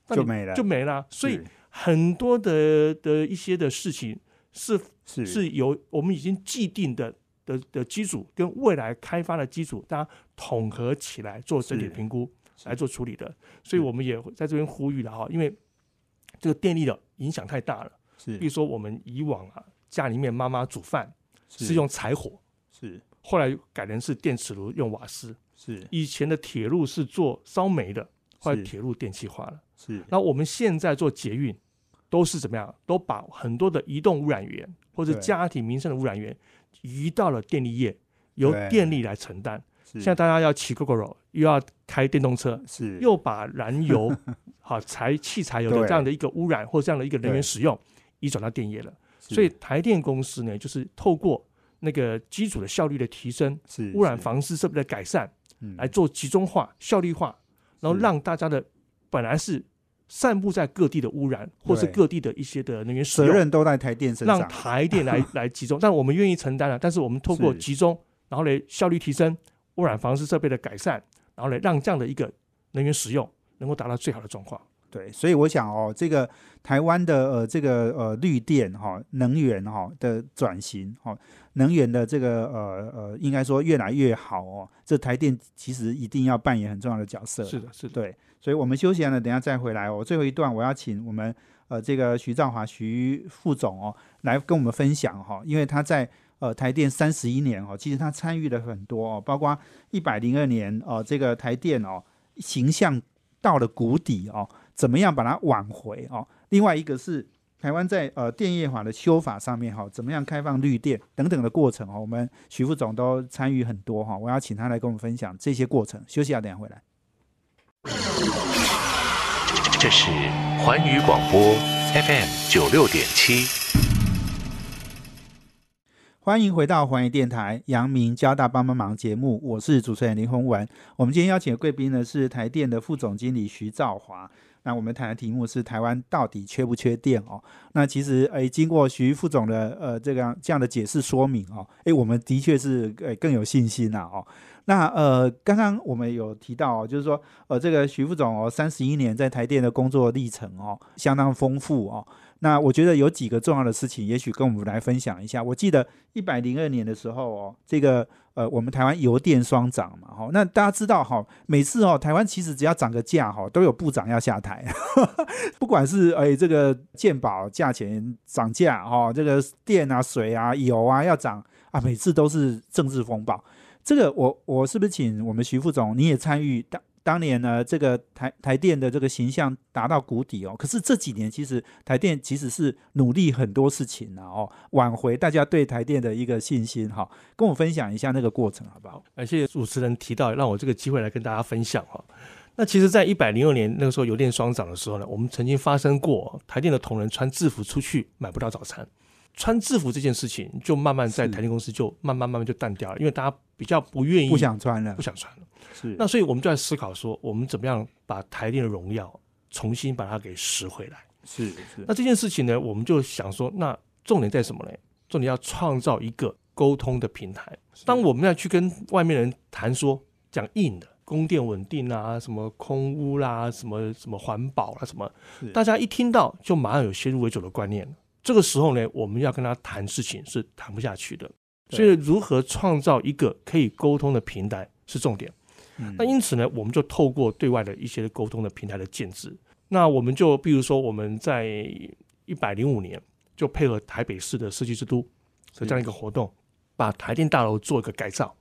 [SPEAKER 2] 那
[SPEAKER 1] 就
[SPEAKER 2] 你
[SPEAKER 1] 没了，
[SPEAKER 2] 就没了。啊所以
[SPEAKER 1] 哎是
[SPEAKER 2] 很多的的一些的事情是
[SPEAKER 1] 是
[SPEAKER 2] 是由我们已经既定的。的的基础跟未来开发的基础，大家统合起来做整体
[SPEAKER 1] 是
[SPEAKER 2] 评估，
[SPEAKER 1] 是
[SPEAKER 2] 来做处理的。所以我们也在这边呼吁了哈，因为这个电力的影响太大了。
[SPEAKER 1] 是
[SPEAKER 2] 比如说我们以往啊，家里面妈妈煮饭是用柴火，
[SPEAKER 1] 是
[SPEAKER 2] 后来改成是电磁炉用瓦斯。
[SPEAKER 1] 是
[SPEAKER 2] 以前的铁路是做烧煤的，后来
[SPEAKER 1] 是
[SPEAKER 2] 铁路电气化了。
[SPEAKER 1] 是
[SPEAKER 2] 那我们现在做捷运都是怎么样？都把很多的移动污染源或者
[SPEAKER 1] 对
[SPEAKER 2] 家庭民生的污染源移到了电力业，由
[SPEAKER 1] 对
[SPEAKER 2] 电力来承担。
[SPEAKER 1] 是
[SPEAKER 2] 现在大家要骑 GoGoRo，又要开电动车，
[SPEAKER 1] 是
[SPEAKER 2] 又把燃油、 好柴、汽柴油的
[SPEAKER 1] 对
[SPEAKER 2] 这样的一个污染或这样的一个能
[SPEAKER 1] 对
[SPEAKER 2] 源使用，移转到电业了。
[SPEAKER 1] 是
[SPEAKER 2] 所以台电公司呢，就是透过那个基础的效率的提升、
[SPEAKER 1] 是
[SPEAKER 2] 污染
[SPEAKER 1] 是
[SPEAKER 2] 防治设备的改善，
[SPEAKER 1] 嗯
[SPEAKER 2] 来做集中化、效率化，然后
[SPEAKER 1] 是
[SPEAKER 2] 让大家的本来是散布在各地的污染，或是
[SPEAKER 1] 对
[SPEAKER 2] 各地的一些的能源使
[SPEAKER 1] 责
[SPEAKER 2] 用，
[SPEAKER 1] 任都在台电身
[SPEAKER 2] 让
[SPEAKER 1] 上，
[SPEAKER 2] 台电来 来集中。但我们愿意承担啊了，但是我们透过
[SPEAKER 1] 是
[SPEAKER 2] 集中，然后来效率提升、污染防治设备的改善，然后来让这样的一个能源使用能够达到最好的状况。
[SPEAKER 1] 对，所以我想哦，这个台湾的呃这个呃绿电哈、能源哈、的转型哈、能源的这个呃呃应该说越来越好哦，这台电其实一定要扮演很重要的角色。
[SPEAKER 2] 是的，是的。
[SPEAKER 1] 对，所以我们休息完了，等一下再回来哦。最后一段我要请我们呃这个徐兆华徐副总哦来跟我们分享哈、因为他在呃台电三十一年哦，其实他参与了很多哦，包括一百零二年哦这个台电哦形象到了谷底哦，怎么样把它挽回哦？另外一个是。台湾在呃电业法的修法上面哈、怎么样开放绿电等等的过程哦，我们徐副总都参与很多哦哈、我要请他来跟我们分享这些过程。休息啊，等一下回来。
[SPEAKER 4] 这是环宇广播 FM 九六点七。
[SPEAKER 1] 欢迎回到环宇电台阳明交大帮帮忙节目，我是主持人林宏文。我们今天邀请的贵宾呢是台电的副总经理徐兆华。那我们谈的题目是台湾到底缺不缺电哦？那其实诶，经过徐副总的呃这个这样的解释说明哦，诶，我们的确是呃更有信心啦、哦。那呃，刚刚我们有提到、哦，就是说呃，这个徐副总哦，三十一年在台电的工作历程哦，相当丰富哦。那我觉得有几个重要的事情，也许跟我们来分享一下。我记得一百零二年的时候哦，这个呃，我们台湾油电双涨嘛，哈、那大家知道哈、每次哦，台湾其实只要涨个价哈、都有部长要下台， 不管是哎这个健保价钱涨价哦，这个电啊、水啊、油啊要涨啊，每次都是政治风暴。这个我我是不是请我们徐副总，你也参与当当年呢？这个台台电的这个形象达到谷底哦。可是这几年其实台电其实是努力很多事情啊哦，挽回大家对台电的一个信心哈、跟我分享一下那个过程好不好？
[SPEAKER 2] 感谢主持人提到，让我这个机会来跟大家分享哈。那其实，在一百零二年那个时候油电双涨的时候呢，我们曾经发生过台电的同仁穿制服出去买不到早餐，穿制服这件事情就慢慢在
[SPEAKER 1] 是
[SPEAKER 2] 台电公司就慢慢慢慢就淡掉了，因为大家比较不愿意
[SPEAKER 1] 不想穿了
[SPEAKER 2] 不，想穿了。
[SPEAKER 1] 是
[SPEAKER 2] 那所以我们就在思考说，我们怎么样把台电的荣耀重新把它给拾回来。
[SPEAKER 1] 是是
[SPEAKER 2] 那这件事情呢，我们就想说，那重点在什么呢？重点要创造一个沟通的平台。当我们要去跟外面人谈说讲硬的供电稳定啊，什么空污啦、什么什么环保啦、什么
[SPEAKER 1] 是，
[SPEAKER 2] 大家一听到就马上有先入为主的观念了。这个时候呢，我们要跟他谈事情是谈不下去的。
[SPEAKER 1] 对
[SPEAKER 2] 所以，如何创造一个可以沟通的平台是重点。
[SPEAKER 1] 嗯
[SPEAKER 2] 那因此呢，我们就透过对外的一些沟通的平台的建制，那我们就比如说我们在一百零五年就配合台北市的设计之都的这样一个活动，把台电大楼做一个改造。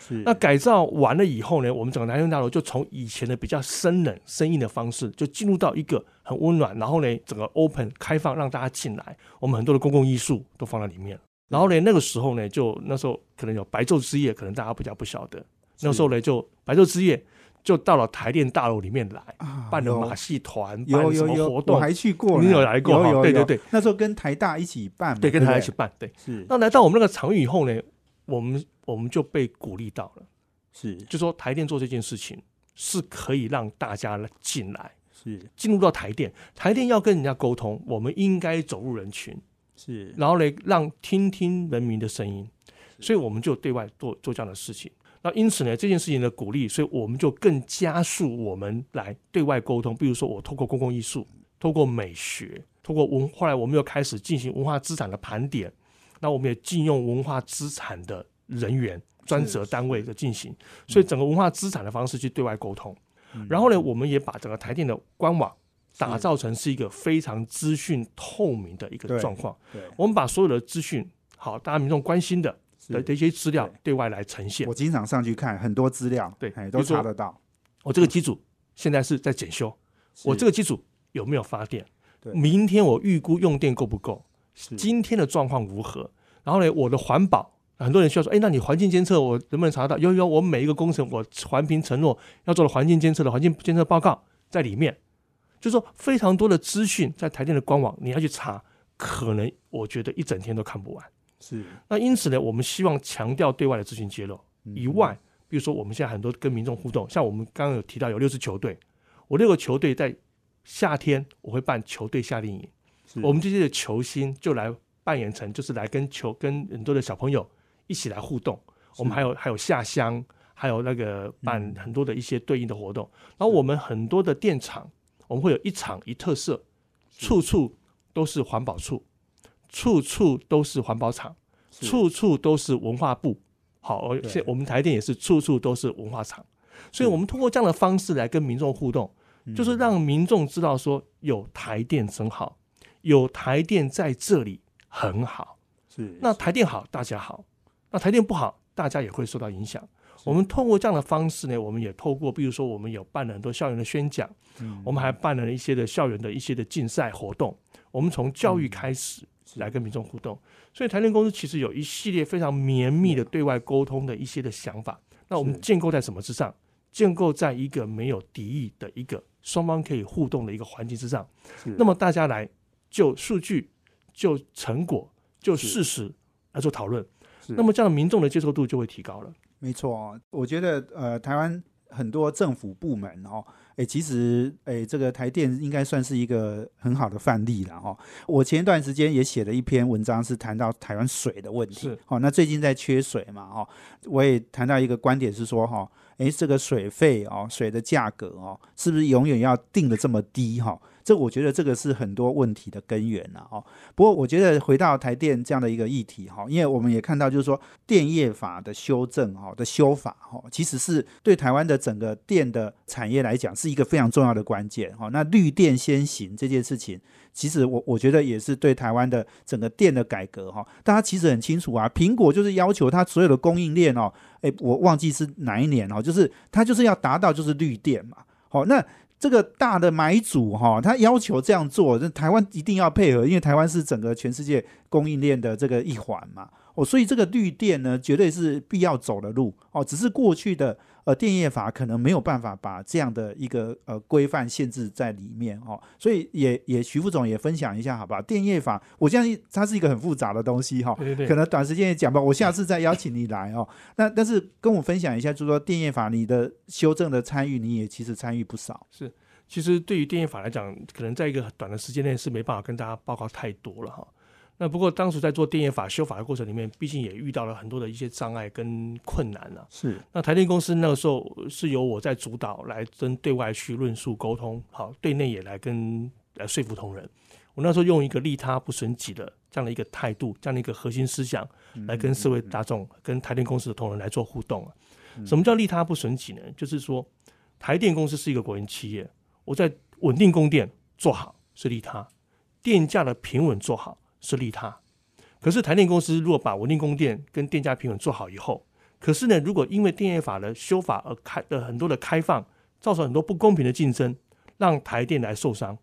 [SPEAKER 1] 是
[SPEAKER 2] 那改造完了以后呢，我们整个台电大楼就从以前的比较生冷、生硬的方式，就进入到一个很温暖，然后呢，整个 open 开放让大家进来。我们很多的公共艺术都放在里
[SPEAKER 1] 嗯
[SPEAKER 2] 面。然后呢，那个时候呢，就那时候可能有白昼之夜，可能大家比较不晓得。那时候呢，就白昼之夜就到了台电大楼里面来，
[SPEAKER 1] 啊
[SPEAKER 2] 办了
[SPEAKER 1] 有
[SPEAKER 2] 马戏团，办
[SPEAKER 1] 有
[SPEAKER 2] 了什
[SPEAKER 1] 有
[SPEAKER 2] 么
[SPEAKER 1] 有
[SPEAKER 2] 活
[SPEAKER 1] 我
[SPEAKER 2] 动，
[SPEAKER 1] 还去过呢，
[SPEAKER 2] 你有来过哈
[SPEAKER 1] 有有
[SPEAKER 2] 对对
[SPEAKER 1] 有
[SPEAKER 2] 对，
[SPEAKER 1] 那时候跟台大一起办嘛，
[SPEAKER 2] 对，跟
[SPEAKER 1] 不
[SPEAKER 2] 他一起办，对。
[SPEAKER 1] 是
[SPEAKER 2] 那来到我们那个场域以后呢，我们我们就被鼓励到了，
[SPEAKER 1] 是
[SPEAKER 2] 就说台电做这件事情是可以让大家进来，
[SPEAKER 1] 是
[SPEAKER 2] 进入到台电，台电要跟人家沟通，我们应该走入人群，
[SPEAKER 1] 是
[SPEAKER 2] 然后呢，让听听人民的声音，所以我们就对外做做这样的事情。那因此呢，这件事情的鼓励，所以我们就更加速我们来对外沟通。比如说，我透过公共艺术，透过美学，透过文，后来我们又开始进行文化资产的盘点。那我们也禁用文化资产的人员专责单位的进行，所以整个文化资产的方式去对外沟通。
[SPEAKER 1] 嗯
[SPEAKER 2] 然后呢，我们也把整个台电的官网打造成是一个非常资讯透明的一个
[SPEAKER 1] 对
[SPEAKER 2] 状况。
[SPEAKER 1] 对。
[SPEAKER 2] 我们把所有的资讯，好，大家民众关心的的的一些资料对外来呈现。
[SPEAKER 1] 我
[SPEAKER 2] 我
[SPEAKER 1] 经常上去看很多资料，
[SPEAKER 2] 对
[SPEAKER 1] 哎
[SPEAKER 2] 比
[SPEAKER 1] 都
[SPEAKER 2] 如说
[SPEAKER 1] 查得到。
[SPEAKER 2] 这个机组现在是在检修，我这
[SPEAKER 1] 个
[SPEAKER 2] 个机组有没有发电
[SPEAKER 1] 对？
[SPEAKER 2] 明天我预估用电够不够？今天的状况如何？然后呢，我的环保，很多人需要说，哎，那你环境监测我能不能查到？有有，我们每一个工程我环评承诺要做的环境监测的环境监测报告在里面，就是说非常多的资讯在台电的官网，你要去查，可能我觉得一整天都看不完。
[SPEAKER 1] 是
[SPEAKER 2] 那因此呢，我们希望强调对外的资讯揭露以外，比如说我们现在很多跟民众互动，像我们刚刚有提到有六支球队，我六个球队在夏天我会办球队夏令营，我们这些的球星就来扮演成就是来跟球跟很多的小朋友一起来互动，我们还有还有下乡，还有那个办很多的一些对应的活动，然后我们很多的电厂，我们会有一厂一特色，处处都是环保处，处处都是环保厂。
[SPEAKER 1] 是
[SPEAKER 2] 处处都是文化部。好，而
[SPEAKER 1] 对
[SPEAKER 2] 现我们台电也是处处都是文化厂，所以
[SPEAKER 1] 是嗯
[SPEAKER 2] 我们通过这样的方式来跟民众互动，就是让民众知道说有台电真好，有台电在这里很好。
[SPEAKER 1] 是
[SPEAKER 2] 那台电好，大家好；那台电不好，大家也会受到影响。我们透过这样的方式呢，我们也透过，比如说我们有办了很多校园的宣讲，
[SPEAKER 1] 嗯
[SPEAKER 2] 我们还办了一些的校园的一些的竞赛活动。我们从教育开始来跟民众互动，所以台电公司其实有一系列非常绵密的对外沟通的一些的想法。那我们建构在什么之上？建构在一个没有敌意的一个双方可以互动的一个环境之上。那么大家来就数据、就成果、就是事实来做讨论，
[SPEAKER 1] 是
[SPEAKER 2] 那么这样民众的接受度就会提高了。
[SPEAKER 1] 哦没错，我觉得呃，台湾很多政府部门哦，诶，其实诶，这个台电应该算是一个很好的范例了哦。我前一段时间也写了一篇文章，是谈到台湾水的问题
[SPEAKER 2] 是。
[SPEAKER 1] 哦，那最近在缺水嘛，哦，我也谈到一个观点是说，哈、哦，诶，这个水费哦，水的价格哦，是不是永远要定的这么低哈、这我觉得这个是很多问题的根源呐、哦。不过我觉得回到台电这样的一个议题哈、因为我们也看到就是说电业法的修正哈、的修法哈、其实是对台湾的整个电的产业来讲是一个非常重要的关键哈、那绿电先行这件事情，其实我我觉得也是对台湾的整个电的改革哈、大家其实很清楚啊，苹果就是要求它所有的供应链哦，诶，我忘记是哪一年哦，就是它就是要达到就是绿电嘛。好、那这个大的买主哈、他要求这样做，那台湾一定要配合，因为台湾是整个全世界供应链的这个一环嘛。哦，所以这个绿电呢，绝对是必要走的路哦。只是过去的呃电业法可能没有办法把这样的一个呃规范限制在里面哦，所以也也徐副总也分享一下好吧？电业法，我相信它是一个很复杂的东西哈、哦，
[SPEAKER 2] 对对
[SPEAKER 1] 可
[SPEAKER 2] 对，
[SPEAKER 1] 能短时间也讲吧，我下次再邀请你来哦。那但是跟我分享一下，就是说电业法你的修正的参与，你也其实参与不少。
[SPEAKER 2] 其实对于电业法来讲，可能在一个短的时间内是没办法跟大家报告太多了哈。那不过当时在做电业法修法的过程里面，毕竟也遇到了很多的一些障碍跟困难啊了、
[SPEAKER 1] 是
[SPEAKER 2] 那台电公司那个时候是由我在主导来跟对外去论述沟通，好，对内也来跟来说服同仁。我那时候用一个利他不损己的这样的一个态度，这样的一个核心思想，来跟社会大众、跟台电公司的同仁来做互动啊。什么叫利他不损己呢？就是说，台电公司是一个国营企业，我在稳定供电做好是利他，电价的平稳做好是利他。可是台电公司如果把稳定供电跟电价平稳做好以后，可是呢，如果因为电业法的修法而开的很多的开放，造成很多不公平的竞争，让台电来受伤，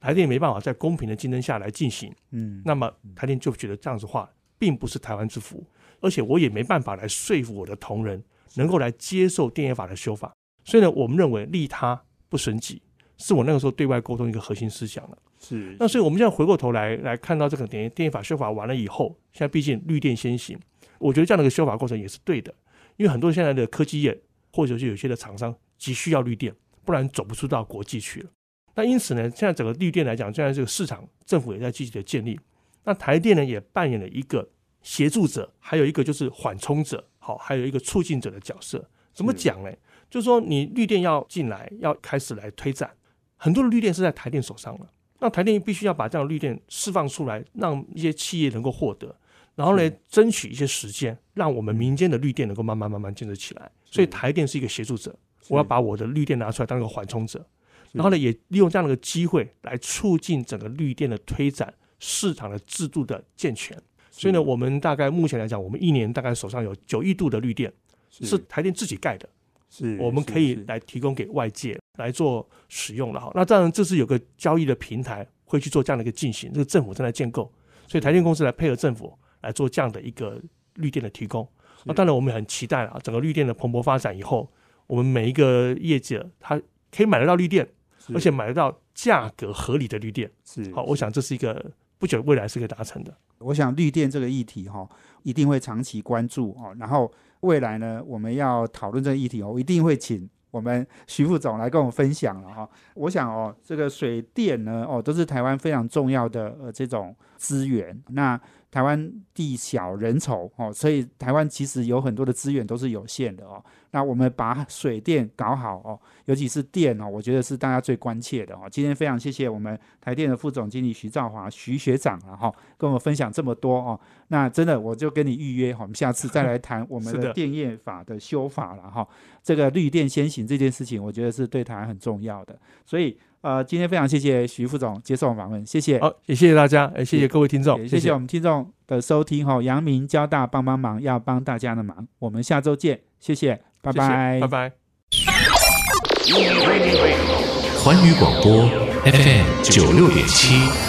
[SPEAKER 2] 台电没办法在公平的竞争下来进行，
[SPEAKER 1] 嗯，
[SPEAKER 2] 那么台电就觉得这样子话并不是台湾之福，而且我也没办法来说服我的同仁能够来接受电业法的修法，所以呢，我们认为利他不损己，是我那个时候对外沟通一个核心思想了。
[SPEAKER 1] 是
[SPEAKER 2] 那所以我们现在回过头来来看到这个电电业法修法完了以后，现在毕竟绿电先行，我觉得这样的一个修法过程也是对的，因为很多现在的科技业或者是有些的厂商急需要绿电，不然走不出到国际去了。那因此呢，现在整个绿电来讲，现在这个市场政府也在积极的建立，那台电呢也扮演了一个协助者，还有一个就是缓冲者，好，还有一个促进者的角色。怎么讲呢？就是说你绿电要进来，要开始来推展，很多的绿电是在台电手上了。那台电必须要把这样的绿电释放出来，让一些企业能够获得，然后呢，争取一些时间，让我们民间的绿电能够慢慢慢慢建设起来。所以台电是一个协助者，我要把我的绿电拿出来当一个缓冲者，然后呢，也利用这样的一个机会来促进整个绿电的推展、市场的制度的健全。所以呢，我们大概目前来讲，我们一年大概手上有九亿度的绿电是台电自己盖的，
[SPEAKER 1] 是，
[SPEAKER 2] 我们可以来提供给外界来做使用了哈。那当然，这是有个交易的平台会去做这样的一个进行，这个政府正在建构，所以台电公司来配合政府来做这样的一个绿电的提供。那当然，我们也很期待啊，整个绿电的蓬勃发展以后，我们每一个业者他可以买得到绿电，而且买得到价格合理的绿电。
[SPEAKER 1] 是
[SPEAKER 2] 好，我想这是一个不久未来是可以达成的。
[SPEAKER 1] 我想绿电这个议题哈、一定会长期关注哦。然后未来呢，我们要讨论这个议题哦，我一定会请我们徐副总来跟我们分享了哈、我想哦，这个水电呢，哦，都是台湾非常重要的呃这种资源。那台湾地小人稠哦，所以台湾其实有很多的资源都是有限的哦。那我们把水电搞好哦，尤其是电哦，我觉得是大家最关切的哦。今天非常谢谢我们台电的副总经理徐兆华徐学长了哈、跟我们分享这么多哦。那真的我就跟你预约哈、我们下次再来谈我们
[SPEAKER 2] 是
[SPEAKER 1] 的
[SPEAKER 2] 的
[SPEAKER 1] 电业法的修法了哈、这个绿电先行这件事情，我觉得是对台湾很重要的。所以呃，今天非常谢谢徐副总接受我们访问，谢谢。
[SPEAKER 2] 好，也谢谢大家，也谢谢各位听众，
[SPEAKER 1] 也
[SPEAKER 2] 谢
[SPEAKER 1] 谢谢我们听众的收听哈、阳明交大帮帮忙，要帮大家的忙，我们下周见，谢谢，拜
[SPEAKER 2] 谢谢拜拜。
[SPEAKER 4] 环宇广播 FM 九六点七